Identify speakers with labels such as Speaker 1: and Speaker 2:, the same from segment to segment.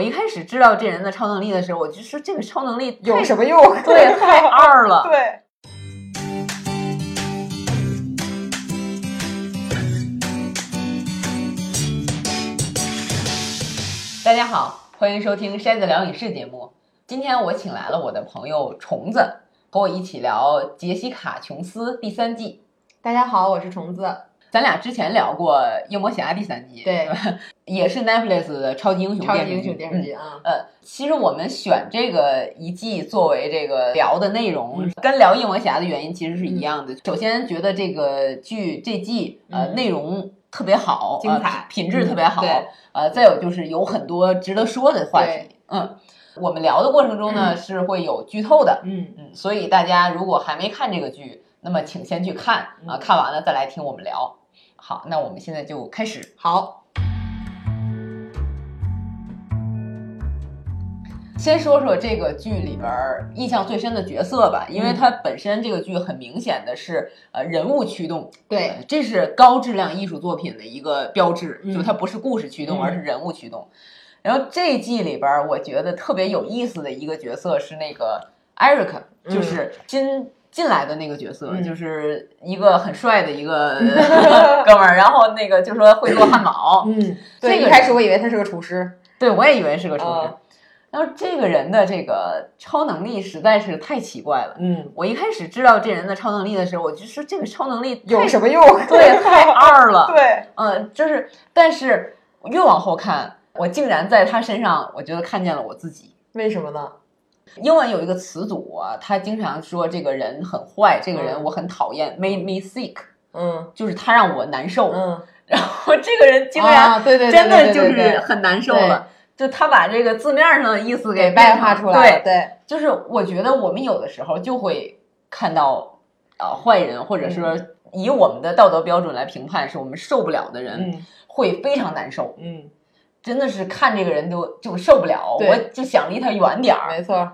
Speaker 1: 我一开始知道这人的超能力的时候，我就说这个超能力
Speaker 2: 有
Speaker 1: 太
Speaker 2: 什么用？
Speaker 1: 对太二了，
Speaker 2: 对，
Speaker 1: 大家好，欢迎收听《筛子聊影视》节目。今天我请来了我的朋友虫子，和我一起聊《杰西卡·琼斯》第三季。
Speaker 2: 大家好，我是虫子。
Speaker 1: 咱俩之前聊过《夜魔侠》第三季，
Speaker 2: 对，
Speaker 1: 也是 Netflix 的超级英雄
Speaker 2: 超
Speaker 1: 电视剧
Speaker 2: 级英雄电视剧啊，
Speaker 1: 呃，其实我们选这个一季作为这个聊的内容，
Speaker 2: 嗯
Speaker 1: 跟聊夜魔侠的原因其实是一样的。首先觉得这个剧这季呃、
Speaker 2: 嗯
Speaker 1: 内容特别好，
Speaker 2: 精
Speaker 1: 呃
Speaker 2: 彩
Speaker 1: 品品质特别好、
Speaker 2: 嗯对
Speaker 1: 呃，再有就是有很多值得说的话
Speaker 2: 对
Speaker 1: 题。嗯，我们聊的过程中呢、是会有剧透的，
Speaker 2: 嗯，
Speaker 1: 嗯，所以大家如果还没看这个剧，那么请先去看啊，
Speaker 2: 嗯
Speaker 1: 看完了再来听我们聊。好，那我们现在就开始。
Speaker 2: 好，
Speaker 1: 先说说这个剧里边儿印象最深的角色吧，
Speaker 2: 嗯
Speaker 1: 因为它本身这个剧很明显的是呃人物驱动，
Speaker 2: 对
Speaker 1: 呃，这是高质量艺术作品的一个标志，
Speaker 2: 嗯
Speaker 1: 就它不是故事驱动，
Speaker 2: 嗯
Speaker 1: 而是人物驱动。然后这一季里边儿，我觉得特别有意思的一个角色是那个 Eric，
Speaker 2: 嗯
Speaker 1: 就是新进来的那个角色，
Speaker 2: 嗯
Speaker 1: 就是一个很帅的一 个哥们儿，然后那个就说会做汉 堡，
Speaker 2: 嗯，对，
Speaker 1: 这个
Speaker 2: 一开始我以为他是个厨师，
Speaker 1: 对，我也以为是个厨师
Speaker 2: 嗯。
Speaker 1: 然后这个人的这个超能力实在是太奇怪了。
Speaker 2: 嗯，
Speaker 1: 我一开始知道这人的超能力的时候，我就说这个超能力
Speaker 2: 有
Speaker 1: 太
Speaker 2: 什么用？
Speaker 1: 对，太二了。
Speaker 2: 对，
Speaker 1: 嗯，就是，但是越往后看，我竟然在他身上，我觉得看见了我自己。
Speaker 2: 为什么呢？
Speaker 1: 英文有一个词组啊，他经常说这个人很坏，这个人
Speaker 2: 嗯
Speaker 1: 我很讨厌，made me sick，
Speaker 2: 嗯
Speaker 1: 就是他让我难受。
Speaker 2: 嗯，
Speaker 1: 然后这个人竟然
Speaker 2: 啊对对，对
Speaker 1: 真的
Speaker 2: 对对
Speaker 1: 就
Speaker 2: 对对
Speaker 1: 是很难受了。就他把这个字面上的意思
Speaker 2: 给
Speaker 1: 给
Speaker 2: 外
Speaker 1: 变化
Speaker 2: 化出来了，
Speaker 1: 对，
Speaker 2: 对，
Speaker 1: 就是我觉得我们有的时候就会看到呃坏人，或者说
Speaker 2: 嗯
Speaker 1: 以我们的道德标准来评判是我们受不了的人，
Speaker 2: 嗯
Speaker 1: 会非常难受。
Speaker 2: 嗯，
Speaker 1: 真的是看这个人都就受不了，
Speaker 2: 对
Speaker 1: 我就想离他远点儿。
Speaker 2: 没错，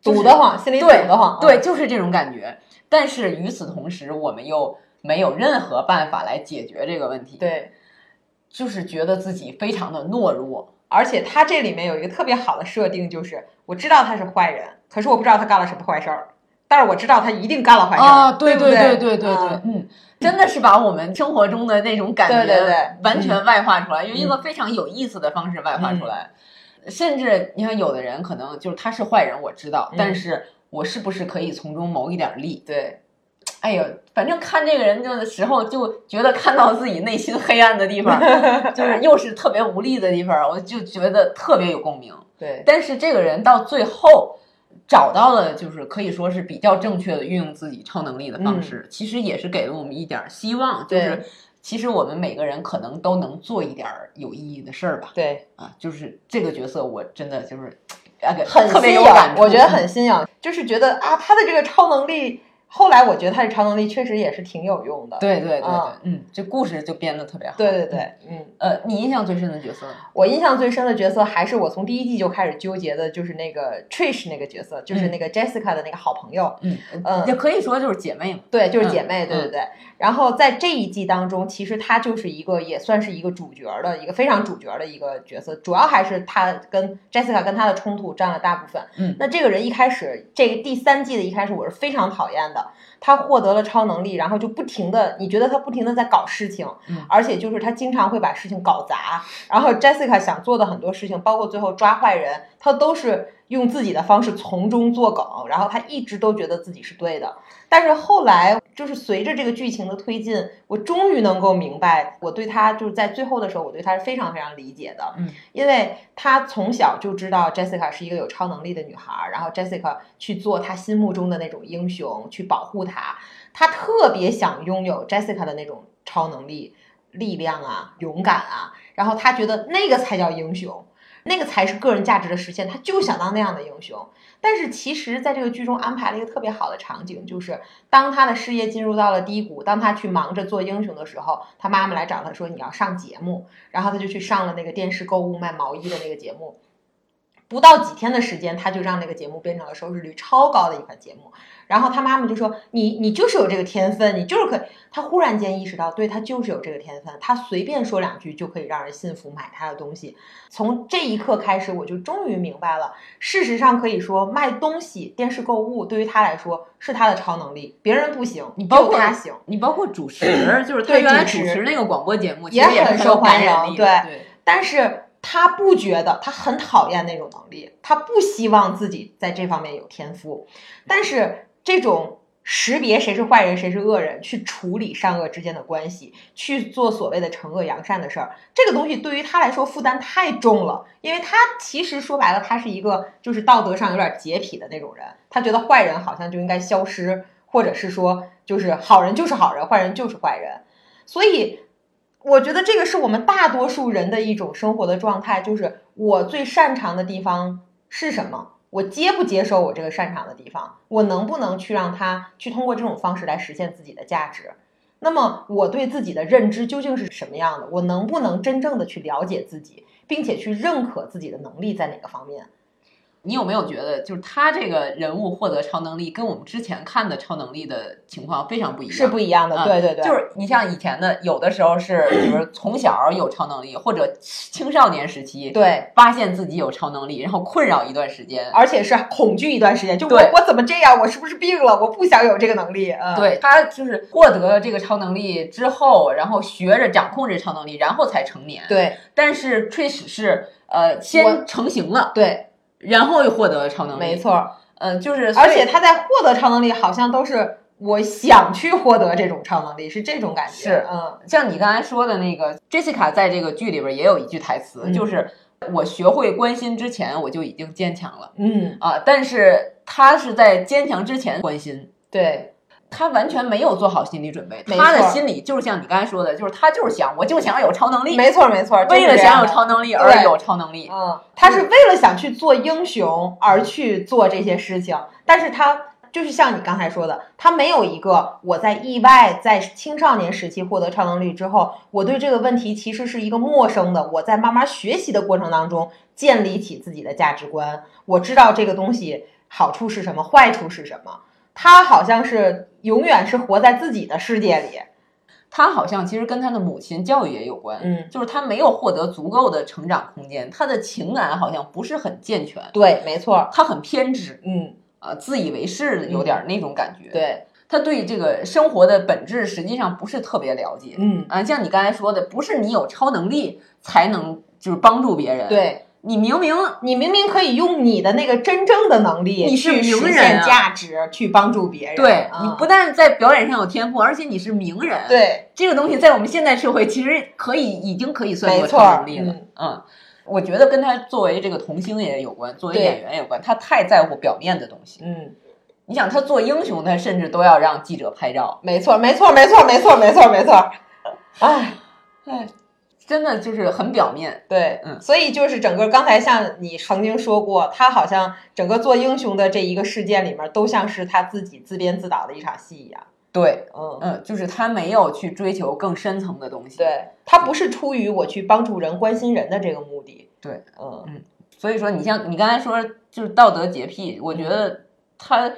Speaker 1: 就是
Speaker 2: 堵得慌，心里堵
Speaker 1: 对
Speaker 2: 得慌，
Speaker 1: 对，就是这种感觉。但是与此同时，我们又没有任何办法来解决这个问题。，
Speaker 2: 对。
Speaker 1: 就是觉得自己非常的懦弱。
Speaker 2: 而且他这里面有一个特别好的设定，就是我知道他是坏人，可是我不知道他干了什么坏事儿，但是我知道他一定干了坏事儿，
Speaker 1: 啊，
Speaker 2: 对
Speaker 1: 对
Speaker 2: 不
Speaker 1: 对
Speaker 2: 对
Speaker 1: 对对
Speaker 2: 啊
Speaker 1: 嗯，真的是把我们生活中的那种感觉
Speaker 2: 对对嗯对
Speaker 1: 完全外化出来，用一个非常有意思的方式外化出来。
Speaker 2: 嗯
Speaker 1: 甚至你看，有的人可能就是他是坏人，我知道，
Speaker 2: 嗯
Speaker 1: 但是我是不是可以从中谋一点利？
Speaker 2: 对
Speaker 1: 哎呦，反正看这个人的时候，就觉得看到自己内心黑暗的地 方，就是又是特别无力的地方，我就觉得特别有共鸣。
Speaker 2: 对
Speaker 1: 但是这个人到最后找到了，就是可以说是比较正确的运用自己超能力的方式，其实也是给了我们一点儿希望，就
Speaker 2: 嗯对
Speaker 1: 是其实我们每个人可能都能做一点儿有意义的事儿吧。
Speaker 2: 对，
Speaker 1: 啊，就是这个角色，我真的就是啊，给
Speaker 2: 很
Speaker 1: 特别
Speaker 2: 新
Speaker 1: 有
Speaker 2: 颖
Speaker 1: 感，触，嗯
Speaker 2: 我觉得很新颖，就是觉得啊，他的这个超能力，后来我觉得他的超能力确实也是挺有用的，
Speaker 1: 对对对对，
Speaker 2: 啊
Speaker 1: 嗯，这故事就编的特别好。
Speaker 2: 对对对，嗯，
Speaker 1: 呃，你印象最深的角色呢？
Speaker 2: 我印象最深的角色还是我从第一季就开始纠结的，就是那个 Trish 那个角色，就是那个 Jessica 的那个好朋友，
Speaker 1: 嗯，
Speaker 2: 嗯
Speaker 1: 也可以说就是姐妹嘛。
Speaker 2: 对，就是姐
Speaker 1: 嗯
Speaker 2: 妹，对
Speaker 1: 嗯
Speaker 2: 对对。然后在这一季当中，其实她就是一个也算是一个主角儿的一个非常主角儿的一个角色，主要还是她跟 Jessica 跟她的冲突占了大部分。
Speaker 1: 嗯
Speaker 2: 那这个人一开始这个第三季的一开始我是非常讨厌的，他获得了超能力，然后就不停的，你觉得他不停的在搞事情，
Speaker 1: 嗯
Speaker 2: 而且就是他经常会把事情搞砸，然后 Jessica 想做的很多事情，包括最后抓坏人，他都是用自己的方式从中作梗，然后他一直都觉得自己是对的。但是后来就是随着这个剧情的推进，我终于能够明白，我对他就是在最后的时候，我对他是非常非常理解的，
Speaker 1: 嗯，
Speaker 2: 因为他从小就知道 Jessica 是一个有超能力的女孩儿，然后 Jessica 去做他心目中的那种英雄，去保护她，他特别想拥有 Jessica 的那种超能力、力量啊、勇敢啊，然后他觉得那个才叫英雄，那个才是个人价值的实现，他就想当那样的英雄。但是其实，在这个剧中安排了一个特别好的场景，就是当他的事业进入到了低谷，当他去忙着做英雄的时候，他妈妈来找他说你要上节目，然后他就去上了那个电视购物卖毛衣的那个节目。不到几天的时间，他就让这个节目变成了收视率超高的一款节目。然后他妈妈就说：“你你就是有这个天分，你就是可以。”他忽然间意识到，对他就是有这个天分，他随便说两句就可以让人信服买他的东西。从这一刻开始，我就终于明白了，事实上可以说卖东西、电视购物对于他来说是他的超能力，别人不行，
Speaker 1: 你包括
Speaker 2: 只有他行。
Speaker 1: 你包括主 持，就是他
Speaker 2: 对
Speaker 1: 原来
Speaker 2: 主
Speaker 1: 主
Speaker 2: 持
Speaker 1: 持那个广播节目，其
Speaker 2: 也
Speaker 1: 实也
Speaker 2: 很
Speaker 1: 是很
Speaker 2: 受
Speaker 1: 有感
Speaker 2: 欢
Speaker 1: 染
Speaker 2: 迎
Speaker 1: 力的。
Speaker 2: 对
Speaker 1: 对，
Speaker 2: 但是他不觉得，他很讨厌那种能力，他不希望自己在这方面有天赋。但是这种识别谁是坏人，谁是恶人，去处理善恶之间的关系，去做所谓的惩恶扬善的事儿，这个东西对于他来说负担太重了，因为他其实说白了，他是一个就是道德上有点洁癖的那种人，他觉得坏人好像就应该消失，或者是说就是好人就是好人，坏人就是坏人，所以。我觉得这个是我们大多数人的一种生活的状态，就是我最擅长的地方是什么？我接不接受我这个擅长的地方？我能不能去让它去通过这种方式来实现自己的价值？那么我对自己的认知究竟是什么样的？我能不能真正的去了解自己，并且去认可自己的能力在哪个方面？
Speaker 1: 你有没有觉得，就是他这个人物获得超能力，跟我们之前看的超能力的情况非常不一样？
Speaker 2: 是不一样的。
Speaker 1: 嗯
Speaker 2: 对对对，
Speaker 1: 就是你像以前的，有的时候是，比如从小有超能力，或者青少年时期
Speaker 2: 对，
Speaker 1: 发现自己有超能力，然后困扰一段时间。
Speaker 2: 而且是恐惧一段时间，就我
Speaker 1: 对
Speaker 2: 我怎么这样？我是不是病了？我不想有这个能力。嗯，
Speaker 1: 对他就是获得了这个超能力之后，然后学着掌控这超能力，然后才成年。，
Speaker 2: 对
Speaker 1: 但是 Trish 是呃
Speaker 2: 我
Speaker 1: 先成型了，
Speaker 2: 对，
Speaker 1: 然后又获得了超能力。
Speaker 2: 没，错。
Speaker 1: 呃，就是所以
Speaker 2: 而且他在获得超能力，好像都是我想去获得这种超能力，是这种感觉。
Speaker 1: 是
Speaker 2: 嗯，
Speaker 1: 像你刚才说的那个 Jessica 在这个剧里边也有一句台词，
Speaker 2: 嗯
Speaker 1: 就是我学会关心之前我就已经坚强了
Speaker 2: 嗯，
Speaker 1: 啊，但是他是在坚强之前关心。
Speaker 2: 对，
Speaker 1: 他完全没有做好心理准备，
Speaker 2: 没
Speaker 1: 他的
Speaker 2: 错
Speaker 1: 心理就是像你刚才说的，就是他就是想，我就想有超能力，
Speaker 2: 没错，没错，
Speaker 1: 为了想有
Speaker 2: 能
Speaker 1: 超能力而
Speaker 2: 对
Speaker 1: 有超能力。
Speaker 2: 嗯，他是为了想去做英雄而去做这些事情，但是他。就是像你刚才说的，他没有一个我在意外在青少年时期获得超能力之后，我对这个问题其实是一个陌生的。我在慢慢学习的过程当中，建立起自己的价值观，我知道这个东西好处是什么，坏处是什么。他好像是永远是活在自己的世界里。
Speaker 1: 他好像其实跟他的母亲教育也有关，
Speaker 2: 嗯，
Speaker 1: 就是他没有获得足够的成长空间，他的情感好像不是很健全，
Speaker 2: 对，没错。
Speaker 1: 他很偏执
Speaker 2: 嗯，
Speaker 1: 啊、自以为是的有点儿那种感觉。，
Speaker 2: 对，
Speaker 1: 他对这个生活的本质实际上不是特别了解。
Speaker 2: 嗯，
Speaker 1: 啊，像你刚才说的，不是你有超能力才能就是帮助别人，，
Speaker 2: 对。
Speaker 1: 你明明
Speaker 2: 你明明可以用你的那个真正的能力
Speaker 1: 你是
Speaker 2: 去
Speaker 1: 名
Speaker 2: 实
Speaker 1: 人
Speaker 2: 现
Speaker 1: 啊
Speaker 2: 价值，去帮助别人。
Speaker 1: 对、
Speaker 2: 啊
Speaker 1: 你不但在表演上有天赋，而且你是名人，，
Speaker 2: 对，
Speaker 1: 这个东西在我们现代社会其实可以已经可以算
Speaker 2: 没
Speaker 1: 作
Speaker 2: 错
Speaker 1: 超
Speaker 2: 儿，
Speaker 1: 能力了。
Speaker 2: 嗯，
Speaker 1: 嗯，我觉得跟他作为这个童星也有关，作为
Speaker 2: 对
Speaker 1: 演员也有关。他太在乎表面的东西。
Speaker 2: 嗯，
Speaker 1: 你想，他做英雄，他甚至都要让记者拍照。
Speaker 2: 没错，没错，没错，没错，没错，没错。哎，
Speaker 1: 哎，真的就是很表面。
Speaker 2: 对，
Speaker 1: 嗯
Speaker 2: 所以就是整个刚才像你曾经说过，他好像整个做英雄的这一个事件里面，都像是他自己自编自导的一场戏一样。
Speaker 1: 对，
Speaker 2: 嗯，
Speaker 1: 嗯，就是他没有去追求更深层的东西。，
Speaker 2: 对，他不是出于我去帮助人、关心人的这个目的。
Speaker 1: 对，
Speaker 2: 嗯，
Speaker 1: 所以说你像你刚才说，就是道德洁癖，我觉得他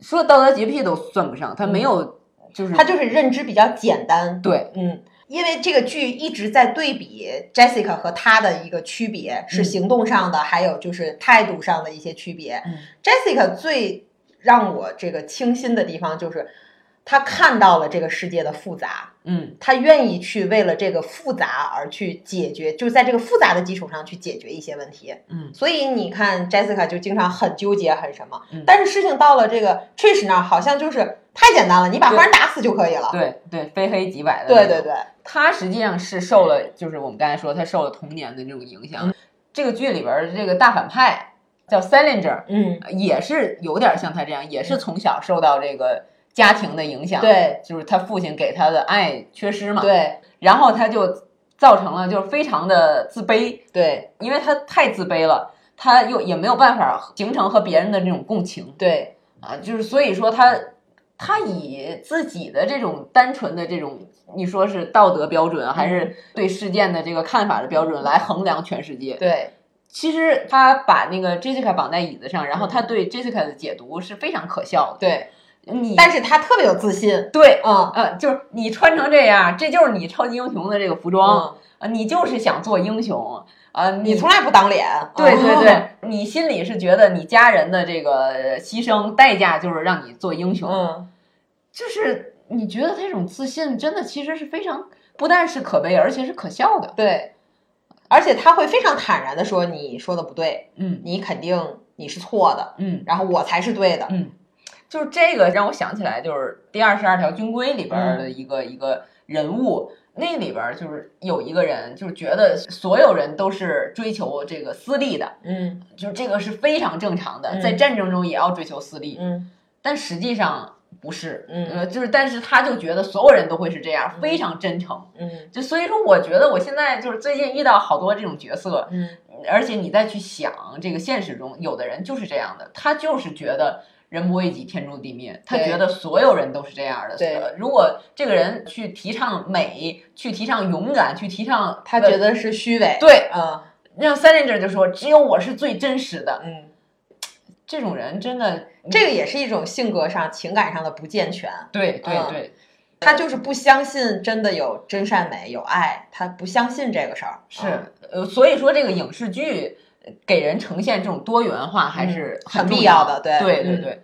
Speaker 1: 说道德洁癖都算不上，他没有，就是
Speaker 2: 嗯他就是认知比较简单，
Speaker 1: 对，
Speaker 2: 嗯，因为这个剧一直在对比 Jessica 和他的一个区别是
Speaker 1: 嗯
Speaker 2: 行动上的，还有就是态度上的一些区别。
Speaker 1: 嗯
Speaker 2: Jessica 最让我这个清新的地方就是，她看到了这个世界的复杂，
Speaker 1: 嗯，
Speaker 2: 她愿意去为了这个复杂而去解决，就是在这个复杂的基础上去解决一些问题。
Speaker 1: 嗯
Speaker 2: 所以你看 Jessica 就经常很纠结，很什么
Speaker 1: 嗯。
Speaker 2: 但是事情到了这个 Trish 那儿，好像就是太简单了，你把
Speaker 1: 对
Speaker 2: 坏人打死就可以了。
Speaker 1: 对对，非黑即白的那
Speaker 2: 对
Speaker 1: 种。
Speaker 2: 对对，
Speaker 1: 他实际上是受了，就是我们刚才说他受了童年的这种影
Speaker 2: 嗯
Speaker 1: 响。这个剧里边儿这个大反派叫 Salinger，
Speaker 2: 嗯，
Speaker 1: 也是有点像他这样，也是从小受到这个家庭的影响，，
Speaker 2: 对
Speaker 1: 就是他父亲给他的爱缺失 嘛，，
Speaker 2: 对
Speaker 1: 然后他就造成了就是非常的自卑，
Speaker 2: 对
Speaker 1: 因为他太自卑了，他又也没有办法形成和别人的这种共情
Speaker 2: 对
Speaker 1: 啊，就是所以说他。他以自己的这种单纯的这种，你说是道德标准啊还是对事件的这个看法的标准来衡量全世界，
Speaker 2: 对
Speaker 1: 其实他把那个 Jessica 绑在椅子上，然后他对 Jessica 的解读是非常可笑的。
Speaker 2: 对，
Speaker 1: 你
Speaker 2: 但是他特别有自信，
Speaker 1: 对，
Speaker 2: 嗯
Speaker 1: 呃，就是你穿成这样，这就是你超级英雄的这个服装，
Speaker 2: 嗯，
Speaker 1: 呃你就是想做英雄，呃，你
Speaker 2: 你从来不当脸，
Speaker 1: 对
Speaker 2: 嗯
Speaker 1: 对对，你心里是觉得你家人的这个牺牲代价就是让你做英雄，
Speaker 2: 嗯，
Speaker 1: 就是你觉得他这种自信真的其实是非常不但是可悲，而且是可笑的。
Speaker 2: 对，而且他会非常坦然的说，你说的不对，
Speaker 1: 嗯
Speaker 2: 你肯定你是错的，
Speaker 1: 嗯
Speaker 2: 然后我才是对的，
Speaker 1: 嗯，就是这个让我想起来，就是第二十二条军规里边儿
Speaker 2: 嗯
Speaker 1: 的一个、一个人物。那里边儿就是有一个人，就是觉得所有人都是追求这个私利的，
Speaker 2: 嗯
Speaker 1: 就是这个是非常正常的，
Speaker 2: 嗯
Speaker 1: 在战争中也要追求私利。
Speaker 2: 嗯
Speaker 1: 但实际上不是，
Speaker 2: 嗯
Speaker 1: 呃，就是但是他就觉得所有人都会是这样，
Speaker 2: 嗯
Speaker 1: 非常真诚。
Speaker 2: 嗯
Speaker 1: 就所以说，我觉得我现在就是最近遇到好多这种角色，
Speaker 2: 嗯
Speaker 1: 而且你再去想这个现实中，有的人就是这样的，他就是觉得人不为己，天诛地灭，他
Speaker 2: 对
Speaker 1: 觉得所有人都是这样的。
Speaker 2: 对
Speaker 1: 呃，如果这个人去提倡美，去提倡勇敢，去提倡
Speaker 2: 他觉得是虚伪，，
Speaker 1: 对，
Speaker 2: 嗯
Speaker 1: 让 Salinger 就说只有我是最真实的，
Speaker 2: 嗯，
Speaker 1: 这种人真的
Speaker 2: 这个也是一种性格上、情感上的不健全，
Speaker 1: 对对
Speaker 2: 嗯
Speaker 1: 对，
Speaker 2: 他就是不相信真的有真善美、有爱，他不相信这个事儿，嗯
Speaker 1: 是，呃，所以说这个影视剧呃给人呈现这种多元化还是
Speaker 2: 嗯很
Speaker 1: 重
Speaker 2: 必要
Speaker 1: 的，
Speaker 2: 的
Speaker 1: 对
Speaker 2: 对
Speaker 1: 对
Speaker 2: 嗯
Speaker 1: 对。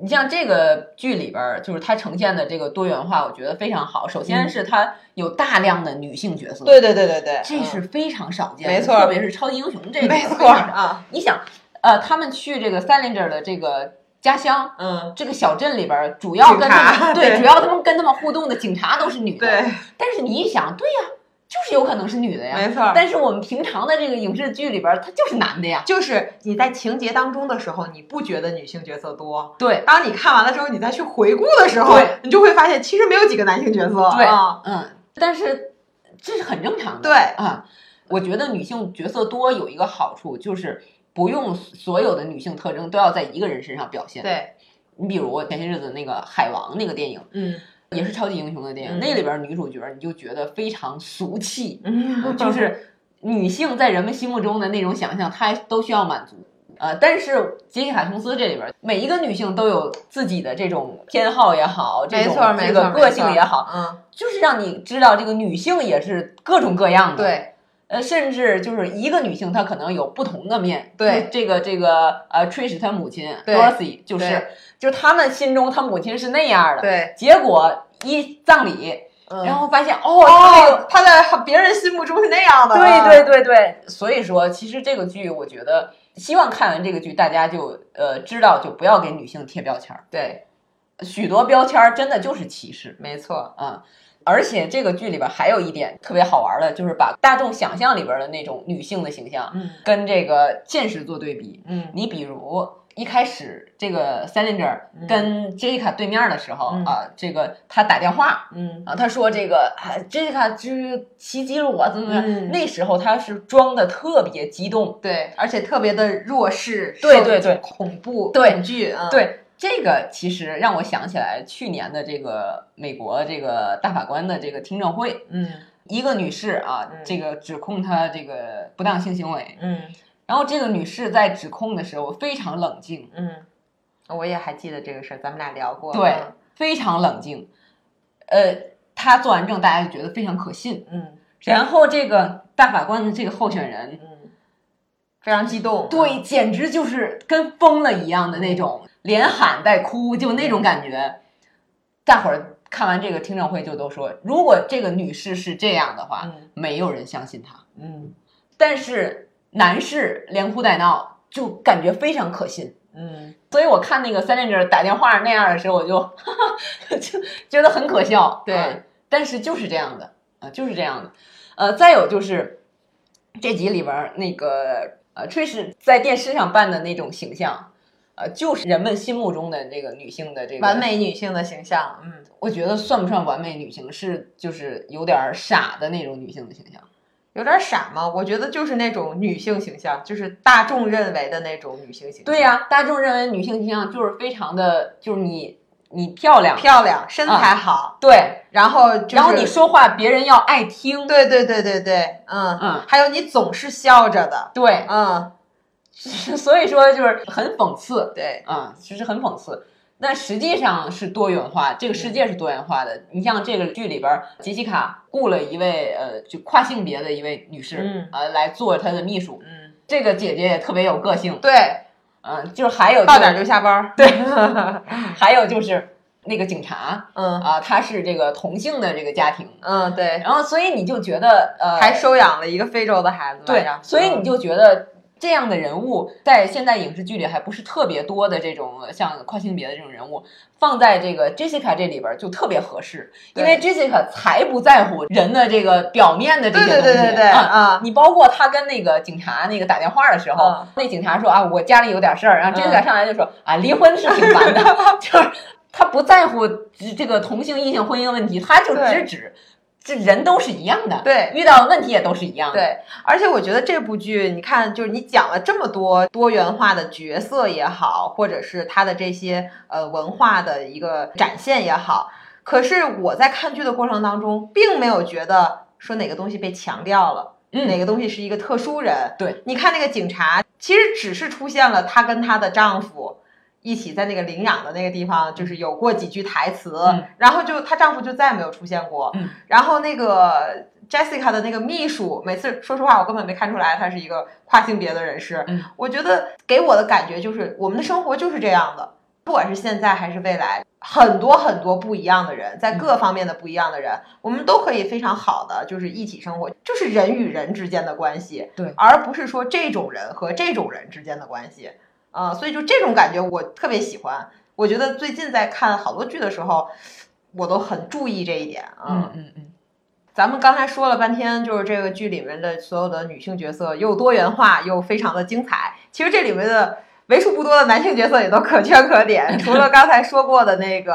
Speaker 1: 你像这个剧里边儿，就是它呈现的这个多元化，我觉得非常好。首先
Speaker 2: 嗯
Speaker 1: 是它有大量的女性角色，，
Speaker 2: 对对对对对，
Speaker 1: 这
Speaker 2: 嗯
Speaker 1: 是非常少见的，
Speaker 2: 没错
Speaker 1: 特别是超级英雄这个，
Speaker 2: 没
Speaker 1: 非
Speaker 2: 错
Speaker 1: 常少
Speaker 2: 啊，
Speaker 1: 你想，呃，他们去这个 Salinger 的这个家乡。
Speaker 2: 嗯，
Speaker 1: 这个小镇里边儿，主要跟他
Speaker 2: 警
Speaker 1: 们
Speaker 2: 察
Speaker 1: 对，
Speaker 2: 对
Speaker 1: 主要他们跟他们互动的警察都是女的。
Speaker 2: 对，，
Speaker 1: 但是你一想，对呀，就是有可能是女的呀。
Speaker 2: 没错。
Speaker 1: 但是我们平常的这个影视剧里边儿，他就是男的呀。
Speaker 2: 就是你在情节当中的时候，你不觉得女性角色多。
Speaker 1: 对
Speaker 2: 当你看完了之后，你再去回顾的时候
Speaker 1: 对，
Speaker 2: 你就会发现其实没有几个男性角色。
Speaker 1: 对
Speaker 2: 啊，
Speaker 1: 嗯，但是这是很正常的。
Speaker 2: 对
Speaker 1: 啊，我觉得女性角色多有一个好处就是。不用所有的女性特征都要在一个人身上表现。，
Speaker 2: 对，
Speaker 1: 你比如前些日子那个《海王》那个电影，
Speaker 2: 嗯
Speaker 1: 也是超级英雄的电影，
Speaker 2: 嗯
Speaker 1: 那里边女主角你就觉得非常俗气，
Speaker 2: 嗯
Speaker 1: 就是女性在人们心目中的那种想象，她都需要满足。呃，但是杰西卡琼斯这里边，每一个女性都有自己的这种偏好也好，这
Speaker 2: 没
Speaker 1: 种
Speaker 2: 错没
Speaker 1: 这
Speaker 2: 错，
Speaker 1: 个
Speaker 2: 没
Speaker 1: 个
Speaker 2: 错
Speaker 1: 性也好，，
Speaker 2: 嗯，
Speaker 1: 就是让你知道这个女性也是各种各样的。，
Speaker 2: 对
Speaker 1: 呃，甚至就是一个女性她可能有不同的面。
Speaker 2: 对
Speaker 1: 就这个这个呃，Trish 她母亲
Speaker 2: 对
Speaker 1: Dorothy 就
Speaker 2: 对
Speaker 1: 是，就是他们心中她母亲是那样的，
Speaker 2: 对，
Speaker 1: 结果一葬礼，
Speaker 2: 嗯
Speaker 1: 然后发现哦，她这个
Speaker 2: 哦，他在别人心目中是那 样的，
Speaker 1: 对对对对，所以说其实这个剧，我觉得希望看完这个剧，大家就呃知道，就不要给女性贴标签儿，
Speaker 2: 对，
Speaker 1: 许多标签儿真的就是歧视
Speaker 2: 没错，
Speaker 1: 啊。而且这个剧里边还有一点特别好玩的，就是把大众想象里边的那种女性的形象
Speaker 2: 嗯
Speaker 1: 跟这个现实做对比。
Speaker 2: 嗯
Speaker 1: 你比如一开始这个 Salinger 跟 Jessica 对面的时候、
Speaker 2: 嗯
Speaker 1: 啊，这个他打电话，
Speaker 2: 嗯
Speaker 1: 啊，他说这个啊，Jessica 就是袭击了我，怎么怎么样？
Speaker 2: 嗯
Speaker 1: 那时候他是装的特别激动，
Speaker 2: 对，而且特别的弱势，
Speaker 1: 对
Speaker 2: 受
Speaker 1: 对对
Speaker 2: 恐怖
Speaker 1: 对
Speaker 2: 恐惧啊，嗯，
Speaker 1: 对。这个其实让我想起来去年的这个美国这个大法官的这个听证会，
Speaker 2: 嗯
Speaker 1: 一个女士啊，
Speaker 2: 嗯
Speaker 1: 这个指控她这个不当性行为，
Speaker 2: 嗯
Speaker 1: 然后这个女士在指控的时候非常冷静，
Speaker 2: 嗯，我也还记得这个事儿，咱们俩聊过，
Speaker 1: 对，非常冷静，呃，她做完证大家就觉得非常可信，
Speaker 2: 嗯
Speaker 1: 然后这个大法官的这个候选人
Speaker 2: 嗯，非常激动，
Speaker 1: 对，简直就是跟疯了一样的那种，连喊带哭，就那种感觉。大伙儿看完这个听证会就都说，如果这个女士是这样的话，
Speaker 2: 嗯
Speaker 1: 没有人相信她。
Speaker 2: 嗯
Speaker 1: 但是男士连哭带闹，就感觉非常可信。
Speaker 2: 嗯
Speaker 1: 所以我看那个三连者打电话那样的时候，我就 哈哈就觉得很可笑。
Speaker 2: 对
Speaker 1: 嗯但是就是这样的啊、就是这样的。呃，再有就是这集里边儿那个呃，崔氏在电视上扮的那种形象，呃，就是人们心目中的这个女性的这个
Speaker 2: 完，美女性的形象，嗯，
Speaker 1: 我觉得算不算完美女性？是就是有点儿傻的那种女性的形象。
Speaker 2: 有点傻吗？我觉得就是那种女性形象，就是大众认为的那种女性形象，
Speaker 1: 对呀、大众认为女性形象就是非常的，就是你你漂亮，
Speaker 2: 漂亮，身材好，
Speaker 1: 对，
Speaker 2: 然后就是
Speaker 1: 然后你说话别人要爱听，
Speaker 2: 对对对对对，嗯
Speaker 1: 嗯，
Speaker 2: 还有你总是笑着的，
Speaker 1: 对，
Speaker 2: 嗯，
Speaker 1: 所以说就是很讽刺，
Speaker 2: 对，
Speaker 1: 啊，其实很讽刺。那实际上是多元化，这个世界是多元化的。你像这个剧里边儿，杰西卡雇了一位呃，就跨性别的一位女士，
Speaker 2: 嗯
Speaker 1: 呃，来做她的秘书。
Speaker 2: 嗯，
Speaker 1: 这个姐姐也特别有个性，
Speaker 2: 对，
Speaker 1: 嗯、就是还有、就是、
Speaker 2: 到点就下班儿，
Speaker 1: 对，还有就是那个警察
Speaker 2: 嗯
Speaker 1: 啊、他是这个同性的这个家庭，
Speaker 2: 嗯，对，
Speaker 1: 然后所以你就觉得呃，
Speaker 2: 还收养了一个非洲的孩子，晚
Speaker 1: 对
Speaker 2: 上，
Speaker 1: 所以你就觉得这样的人物在现代影视剧里还不是特别多的这种呃像跨性别的这种人物，放在这个 Jessica 这里边儿就特别合适，因为 Jessica 才不在乎人的这个表面的这
Speaker 2: 嗯对
Speaker 1: 些东
Speaker 2: 对
Speaker 1: 西
Speaker 2: 对对对
Speaker 1: 啊。
Speaker 2: 啊，
Speaker 1: 你包括他跟那个警察那个打电话的时候，
Speaker 2: 嗯
Speaker 1: 那警察说啊，我家里有点事儿，然后
Speaker 2: 嗯
Speaker 1: Jessica 上来就说、啊，离婚是挺烦 的，就是他不在乎这这个同性异性婚姻问题，他就直
Speaker 2: 对
Speaker 1: 指这人都是一样的，
Speaker 2: 对
Speaker 1: 遇到问题也都是一样的，
Speaker 2: 对，而且我觉得这部剧，你看，就是你讲了这么多多元化的角色也好，或者是它的这些呃文化的一个展现也好，可是我在看剧的过程当中，并没有觉得说哪个东西被强调了。
Speaker 1: 嗯
Speaker 2: 哪个东西是一个特殊人？
Speaker 1: 对，
Speaker 2: 你看那个警察，其实只是出现了她跟她的丈夫一起在那个领养的那个地方，就是有过几句台词，
Speaker 1: 嗯
Speaker 2: 然后就她丈夫就再也没有出现过。
Speaker 1: 嗯
Speaker 2: 然后那个 Jessica 的那个秘书，每次说实话，我根本没看出来她是一个跨性别的人士。
Speaker 1: 嗯
Speaker 2: 我觉得给我的感觉就是，我们的生活就是这样的，不管是现在还是未来，很多很多不一样的人，在各方面的不一样的
Speaker 1: 嗯
Speaker 2: 人，我们都可以非常好的就是一起生活，就是人与人之间的关系，
Speaker 1: 对
Speaker 2: 而不是说这种人和这种人之间的关系。啊、所以就这种感觉我特别喜欢。我觉得最近在看好多剧的时候，我都很注意这一点啊。
Speaker 1: 嗯嗯嗯，
Speaker 2: 咱们刚才说了半天，就是这个剧里面的所有的女性角色又多元化又非常的精彩。其实这里面的为数不多的男性角色也都可圈可点，除了刚才说过的那个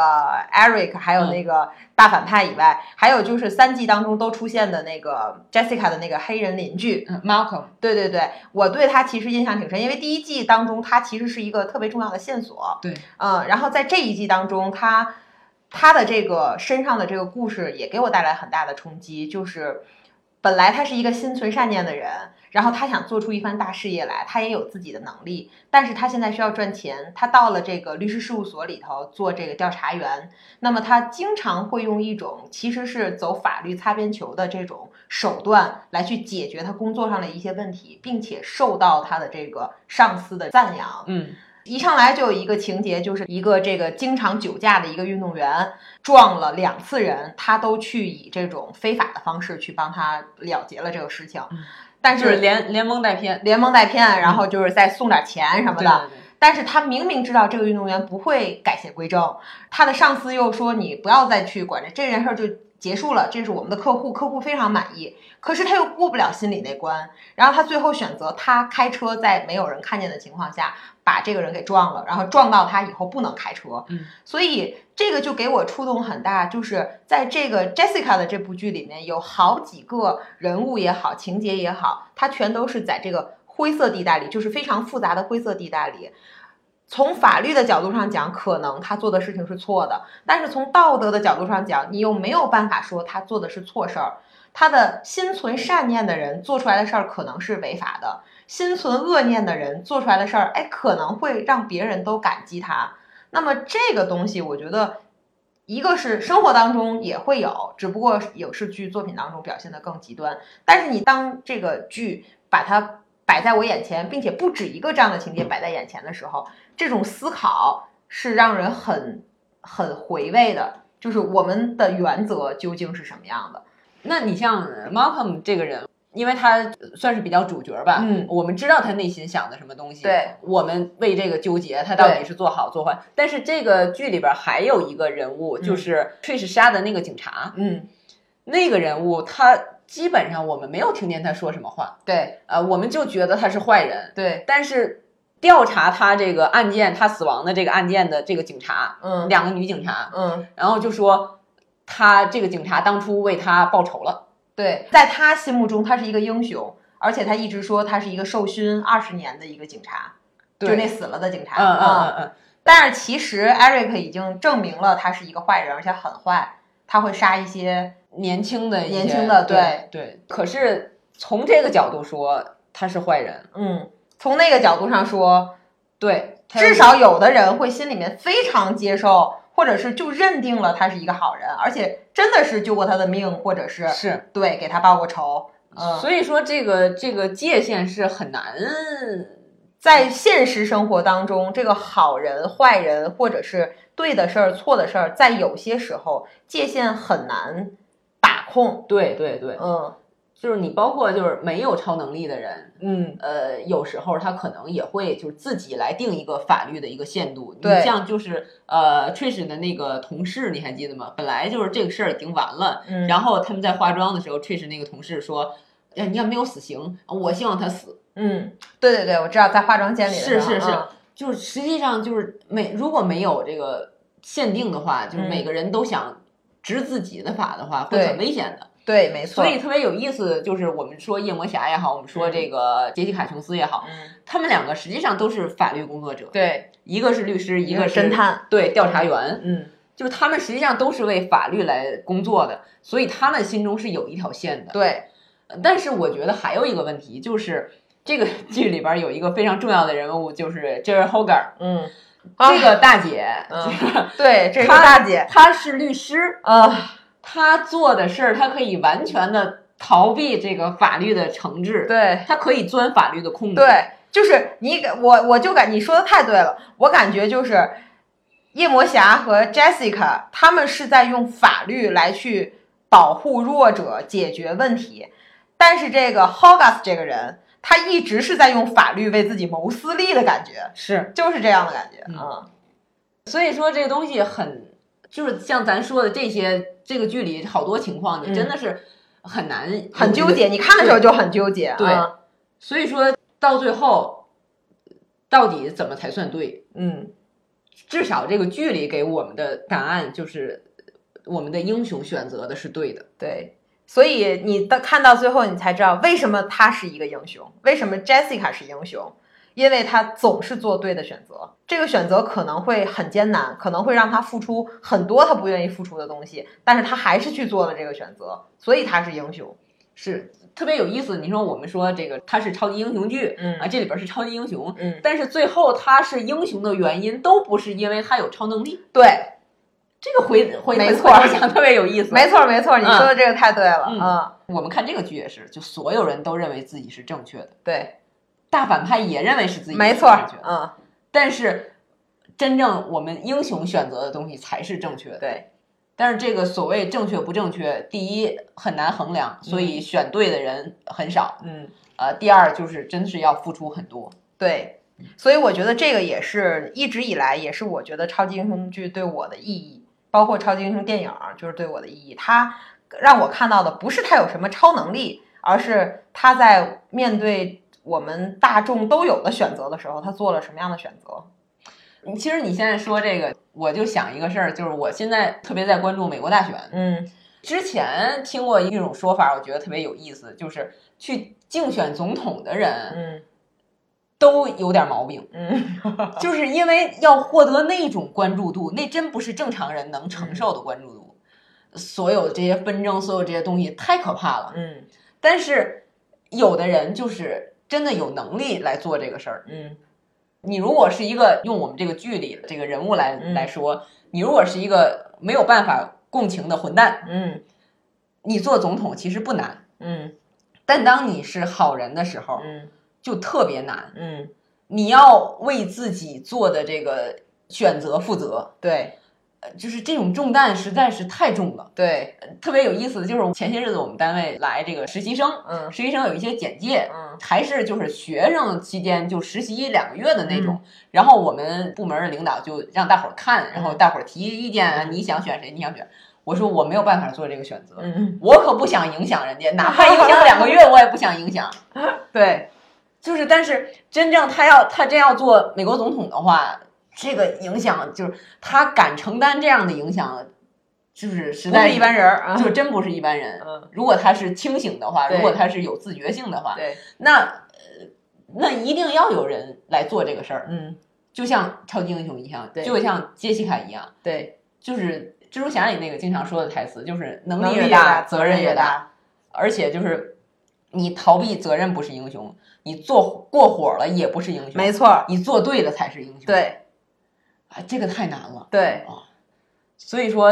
Speaker 2: Eric，还有那个大反派以外，还有就是三季当中都出现的那个 Jessica 的那个黑人邻居。
Speaker 1: 嗯，Malcolm，
Speaker 2: 对对对，我对他其实印象挺深，因为第一季当中他其实是一个特别重要的线索。
Speaker 1: 对，
Speaker 2: 嗯，然后在这一季当中，他他的这个身上的这个故事也给我带来很大的冲击，就是本来他是一个心存善念的人，然后他想做出一番大事业来，他也有自己的能力，但是他现在需要赚钱，他到了这个律师事务所里头做这个调查员，那么他经常会用一种其实是走法律擦边球的这种手段来去解决他工作上的一些问题，并且受到他的这个上司的赞扬。
Speaker 1: 嗯
Speaker 2: 一上来就有一个情节，就是一个这个经常酒驾的一个运动员撞了两次人，他都去以这种非法的方式去帮他了结了这个事情
Speaker 1: 嗯，
Speaker 2: 但
Speaker 1: 就是
Speaker 2: 是
Speaker 1: 连连蒙带骗，
Speaker 2: 连蒙带骗，然后就是再送点钱什么
Speaker 1: 对
Speaker 2: 的，
Speaker 1: 对对，
Speaker 2: 但是他明明知道这个运动员不会改邪归正，他的上司又说你不要再去管这这件事儿就结束了，这是我们的客户，客户非常满意。可是他又过不了心里那关，然后他最后选择他开车在没有人看见的情况下把这个人给撞了，然后撞到他以后不能开车。
Speaker 1: 嗯，
Speaker 2: 所以这个就给我触动很大，就是在这个 Jessica 的这部剧里面有好几个人物也好，情节也好，它全都是在这个灰色地带里，就是非常复杂的灰色地带里。从法律的角度上讲，可能他做的事情是错的，但是从道德的角度上讲，你又没有办法说他做的是错事儿。他的心存善念的人做出来的事儿可能是违法的，心存恶念的人做出来的事儿，哎，可能会让别人都感激他。那么这个东西，我觉得一个是生活当中也会有，只不过影视剧作品当中表现的更极端。但是你当这个剧把它摆在我眼前，并且不止一个这样的情节摆在眼前的时候，这种思考是让人很很回味的。就是我们的原则究竟是什么样的？
Speaker 1: 那你像 Malcolm 这个人，因为他算是比较主角吧，
Speaker 2: 嗯
Speaker 1: 我们知道他内心想的什么东西，
Speaker 2: 对，
Speaker 1: 我们为这个纠结，他到底
Speaker 2: 对
Speaker 1: 是做好做坏。但是这个剧里边还有一个人物，就是确实杀的那个警察，
Speaker 2: 嗯，
Speaker 1: 那个人物他基本上我们没有听见他说什么话，
Speaker 2: 对
Speaker 1: 呃，我们就觉得他是坏人，
Speaker 2: 对，
Speaker 1: 但是调查他这个案件，他死亡的这个案件的这个警察，
Speaker 2: 嗯
Speaker 1: 两个女警察，
Speaker 2: 嗯，
Speaker 1: 然后就说他这个警察当初为他报仇了。
Speaker 2: 对，在他心目中他是一个英雄，而且他一直说他是一个受勋二十年的一个警察，就
Speaker 1: 对
Speaker 2: 是那死了的警察。啊
Speaker 1: 嗯嗯嗯嗯。
Speaker 2: 但是其实 Eric 已经证明了他是一个坏人，而且很坏，他会杀一些
Speaker 1: 年轻的一些
Speaker 2: 年轻的
Speaker 1: 对对。可是从这个角度说，他是坏人，
Speaker 2: 嗯。从那个角度上说，
Speaker 1: 对，他
Speaker 2: 至少有的人会心里面非常接受，或者是就认定了他是一个好人，而且真的是救过他的命，或者是
Speaker 1: 是。
Speaker 2: 对给他报过仇。嗯，
Speaker 1: 所以说这个这个界限是很难，
Speaker 2: 在现实生活当中，这个好人、坏人，或者是对的事儿、错的事儿，在有些时候界限很难把控。
Speaker 1: 对对对，
Speaker 2: 嗯
Speaker 1: 就是你包括就是没有超能力的人，
Speaker 2: 嗯，
Speaker 1: 呃，有时候他可能也会就是自己来定一个法律的一个限度。
Speaker 2: 对
Speaker 1: 你像就是呃 t r i s h 的那个同事，你还记得吗？本来就是这个事儿已经完了，
Speaker 2: 嗯
Speaker 1: 然后他们在化妆的时候 t r i s h 那个同事说：“哎，你要没有死刑，我希望他死。
Speaker 2: 嗯，对对对，我知道，在化妆间里
Speaker 1: 是是是
Speaker 2: 嗯”
Speaker 1: 就是实际上就是每如果没有这个限定的话，就是
Speaker 2: 嗯
Speaker 1: 每个人都想执自己的法的话，会
Speaker 2: 对
Speaker 1: 很危险的。
Speaker 2: 对，没错。
Speaker 1: 所以特别有意思，就是我们说夜魔侠也好，我们说这个杰西卡琼斯也好，
Speaker 2: 嗯，
Speaker 1: 他们两个实际上都是法律工作者。
Speaker 2: 对，
Speaker 1: 一个是律师，一
Speaker 2: 一
Speaker 1: 个
Speaker 2: 个
Speaker 1: 是
Speaker 2: 侦，探，
Speaker 1: 对，调查员，
Speaker 2: 嗯，
Speaker 1: 就是他们实际上都是为法律来工作的，所以他们心中是有一条线的。
Speaker 2: 对，
Speaker 1: 呃但是我觉得还有一个问题，就是这个 剧里边有一个非常重要的人物，就是 Jerry Hogar
Speaker 2: 嗯，
Speaker 1: 这个大姐，
Speaker 2: 嗯
Speaker 1: 就是
Speaker 2: 对，这是
Speaker 1: 她
Speaker 2: 大姐，
Speaker 1: 她是律师，
Speaker 2: 啊，
Speaker 1: 她做的事儿，她可以完全的逃避这个法律的惩治，
Speaker 2: 对
Speaker 1: 她可以钻法律的空子，
Speaker 2: 对，就是你给我，我就感你说的太对了，我感觉就是夜魔侠和 Jessica 他们是在用法律来去保护弱者，解决问题，但是这个 Hogarth 这个人，他一直是在用法律为自己谋私利的感觉，
Speaker 1: 是，
Speaker 2: 就是这样的感觉，
Speaker 1: 嗯
Speaker 2: 嗯
Speaker 1: 所以说这个东西很，就是像咱说的这些，这个剧里好多情况，你
Speaker 2: 嗯
Speaker 1: 真的是很难、
Speaker 2: 很纠结，。你看的时候就很纠结，
Speaker 1: 对
Speaker 2: 嗯
Speaker 1: 所以说到最后，到底怎么才算对？
Speaker 2: 嗯，
Speaker 1: 至少这个剧里给我们的答案就是，我们的英雄选择的是对的。
Speaker 2: 对，所以你到看到最后，你才知道为什么他是一个英雄，为什么 Jessica 是英雄，因为他总是做对的选择。这个选择可能会很艰难，可能会让他付出很多他不愿意付出的东西，但是他还是去做了这个选择，所以他是英雄。
Speaker 1: 是特别有意思，你说我们说这个它是超级英雄剧，
Speaker 2: 嗯
Speaker 1: 啊，这里边是超级英雄，
Speaker 2: 嗯，
Speaker 1: 但是最后他是英雄的原因都不是因为他有超能力，
Speaker 2: 对，
Speaker 1: 这个回回
Speaker 2: 嗯没
Speaker 1: 回
Speaker 2: 错
Speaker 1: 头想特别有意思，
Speaker 2: 没错没错，你
Speaker 1: 嗯
Speaker 2: 说的这个太对了，
Speaker 1: 嗯
Speaker 2: 嗯，
Speaker 1: 我们看这个剧也是，就所有人都认为自己是正确的，
Speaker 2: 对，
Speaker 1: 大反派也认为是自己
Speaker 2: 没
Speaker 1: 是
Speaker 2: 错
Speaker 1: 正确，的，
Speaker 2: 嗯，
Speaker 1: 但是真正我们英雄选择的东西才是正确的。
Speaker 2: 对，
Speaker 1: 但是这个所谓正确不正确，第一很难衡量，所以选对的人很少。
Speaker 2: 嗯。
Speaker 1: 呃，第二就是真是要付出很多。
Speaker 2: 对，所以我觉得这个也是一直以来也是我觉得超级英雄剧对我的意义，包括超级英雄电影儿就是对我的意义。它让我看到的不是他有什么超能力，而是他在面对我们大众都有的选择的时候，他做了什么样的选择。
Speaker 1: 其实你现在说这个，我就想一个事儿，就是我现在特别在关注美国大选。
Speaker 2: 嗯
Speaker 1: 之前听过一种说法，我觉得特别有意思，就是去竞选总统的人
Speaker 2: 嗯
Speaker 1: 都有点毛病。
Speaker 2: 嗯，
Speaker 1: 就是因为要获得那种关注度，那真不是正常人能承受的关注度。所有这些纷争，所有这些东西太可怕了。
Speaker 2: 嗯
Speaker 1: 但是有的人就是真的有能力来做这个事儿。
Speaker 2: 嗯
Speaker 1: 你如果是一个用我们这个剧里这个人物来
Speaker 2: 嗯
Speaker 1: 来说，你如果是一个没有办法共情的混蛋，
Speaker 2: 嗯
Speaker 1: 你做总统其实不难。
Speaker 2: 嗯
Speaker 1: 但当你是好人的时候，
Speaker 2: 嗯
Speaker 1: 就特别难。
Speaker 2: 嗯，
Speaker 1: 你要为自己做的这个选择负责。
Speaker 2: 对
Speaker 1: 就是这种重担实在是太重了。
Speaker 2: 对，
Speaker 1: 特别有意思的就是前些日子我们单位来这个实习生，
Speaker 2: 嗯
Speaker 1: 实习生有一些简介。
Speaker 2: 嗯
Speaker 1: 还是就是学生期间就实习两个月的那
Speaker 2: 嗯
Speaker 1: 种，然后我们部门的领导就让大伙儿看，然
Speaker 2: 嗯
Speaker 1: 后大伙儿提意见啊，你想选谁，你想选。我说我没有办法做这个选择，
Speaker 2: 嗯，
Speaker 1: 我可不想影响人家，哪怕影响两个月，我也不想影响。
Speaker 2: 对
Speaker 1: 就是，但是真正他要他真要做美国总统的话，这个影响就是他敢承担这样的影响，就是实
Speaker 2: 不
Speaker 1: 在
Speaker 2: 是一般人儿啊，
Speaker 1: 就真不是一般人。
Speaker 2: 嗯
Speaker 1: 如果他是清醒的话，
Speaker 2: 对
Speaker 1: 如果他是有自觉性的话，
Speaker 2: 对
Speaker 1: 那呃那一定要有人来做这个事儿。
Speaker 2: 嗯
Speaker 1: 就像超级英雄一样，
Speaker 2: 对
Speaker 1: 就像杰西卡一样，
Speaker 2: 对，
Speaker 1: 就是蜘蛛侠里那个经常说的台词，就是能
Speaker 2: 能
Speaker 1: 力
Speaker 2: 力越
Speaker 1: 大，责
Speaker 2: 责
Speaker 1: 任
Speaker 2: 越
Speaker 1: 越大。，而且就是你逃避责任不是英雄，你做过火了也不是英雄，
Speaker 2: 没错儿，
Speaker 1: 你做对了才是英雄。，
Speaker 2: 对
Speaker 1: 啊，这个太难了。啊
Speaker 2: 对
Speaker 1: 所以说，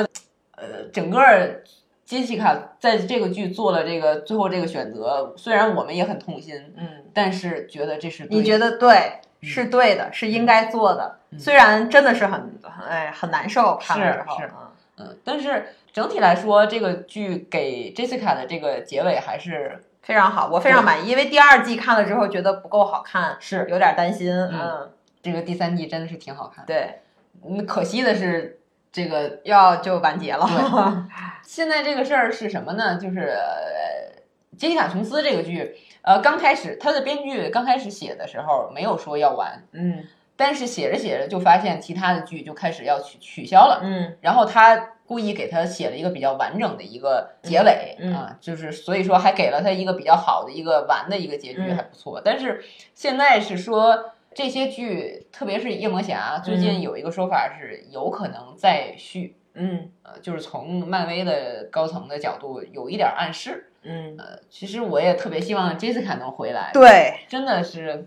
Speaker 1: 呃，整个儿杰西卡在这个剧做了这个最后这个选择，虽然我们也很痛心，
Speaker 2: 嗯。
Speaker 1: 但是觉得这是对
Speaker 2: 你
Speaker 1: 的
Speaker 2: 觉得对，是对的，是应该做
Speaker 1: 嗯
Speaker 2: 的。虽然真的是很很哎很难受，看完之后，
Speaker 1: 是
Speaker 2: 嗯
Speaker 1: 嗯，但是整体来说，这个剧给 Jessica 的这个结尾还是
Speaker 2: 非常好，我非常满意。因为第二季看了之后觉得不够好看，
Speaker 1: 是
Speaker 2: 有点担心。嗯，
Speaker 1: 这个第三季真的是挺好看的。
Speaker 2: 对，
Speaker 1: 嗯，可惜的是这个
Speaker 2: 要就完结 了。
Speaker 1: 现在这个事儿是什么呢？就是呃《杰西卡琼斯》这个剧，呃，刚开始他的编剧刚开始写的时候没有说要完，
Speaker 2: 嗯
Speaker 1: 但是写着写着就发现其他的剧就开始要取取消了，
Speaker 2: 嗯
Speaker 1: 然后他故意给他写了一个比较完整的一个结尾、
Speaker 2: 嗯嗯
Speaker 1: 啊，就是所以说还给了他一个比较好的一个完的一个结局，
Speaker 2: 嗯
Speaker 1: 还不错。但是现在是说。这些剧，特别是夜魔侠，最近
Speaker 2: 嗯
Speaker 1: 有一个说法是有可能再续，
Speaker 2: 嗯
Speaker 1: 呃，就是从漫威的高层的角度有一点儿暗示。
Speaker 2: 嗯，
Speaker 1: 呃，其实我也特别希望 Jessica 能回来，
Speaker 2: 对，
Speaker 1: 真的是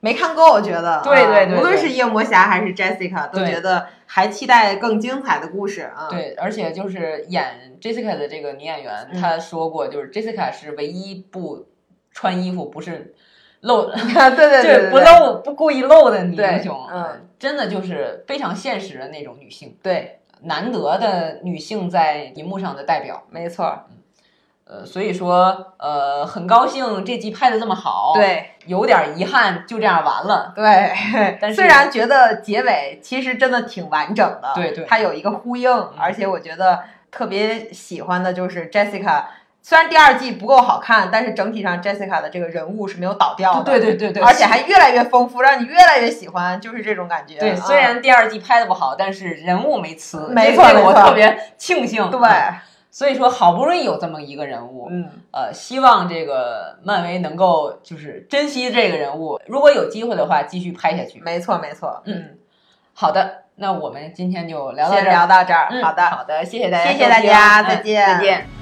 Speaker 2: 没看够，我觉得。
Speaker 1: 对对
Speaker 2: 啊
Speaker 1: 对
Speaker 2: 无论
Speaker 1: 对
Speaker 2: 是夜魔侠还是 Jessica，都
Speaker 1: 对
Speaker 2: 觉得还期待更精彩的故事啊。嗯，
Speaker 1: 对，而且就是演 Jessica 的这个女演员，
Speaker 2: 嗯
Speaker 1: 她说过，就是 Jessica 是唯一不穿衣服不是 露，
Speaker 2: 对对对对，
Speaker 1: 不
Speaker 2: 对
Speaker 1: 露不故意露的女
Speaker 2: 对
Speaker 1: 英雄，
Speaker 2: 嗯
Speaker 1: 呃，真的就是非常现实的那种女性，
Speaker 2: 对，
Speaker 1: 难得的女性在荧幕上的代表。
Speaker 2: 没错儿，
Speaker 1: 呃，所以说，呃，很高兴这集拍的这么好，，
Speaker 2: 对。
Speaker 1: 有点遗憾，就这样完了。
Speaker 2: 对，
Speaker 1: 但是
Speaker 2: 虽然觉得结尾其实真的挺完整的，
Speaker 1: 对对嗯
Speaker 2: 它有一个呼应，而且我觉得特别喜欢的就是 Jessica。虽然第二季不够好看，但是整体上 Jessica 的这个人物是没有倒掉的，
Speaker 1: 哦对对对对，
Speaker 2: 而且还越来越丰富，让你越来越喜欢，就是这种感觉。
Speaker 1: 对，
Speaker 2: 嗯
Speaker 1: 虽然第二季拍的不好，但是人物啊没辞，
Speaker 2: 没
Speaker 1: 这
Speaker 2: 错
Speaker 1: 这个我
Speaker 2: 没错
Speaker 1: 特别庆幸。
Speaker 2: 对，
Speaker 1: 嗯所以说好不容易有这么一个人物，
Speaker 2: 嗯，
Speaker 1: 呃，希望这个漫威能够就是珍惜这个人物，如果有机会的话，继续拍下去。
Speaker 2: 没错没错，
Speaker 1: 嗯，好的，那我们今天就聊到
Speaker 2: 先
Speaker 1: 这儿。
Speaker 2: 聊到这儿，
Speaker 1: 嗯
Speaker 2: 好的，
Speaker 1: 好的，谢谢大家收
Speaker 2: 谢
Speaker 1: 听，
Speaker 2: 谢大家
Speaker 1: 嗯
Speaker 2: 再见
Speaker 1: 再见。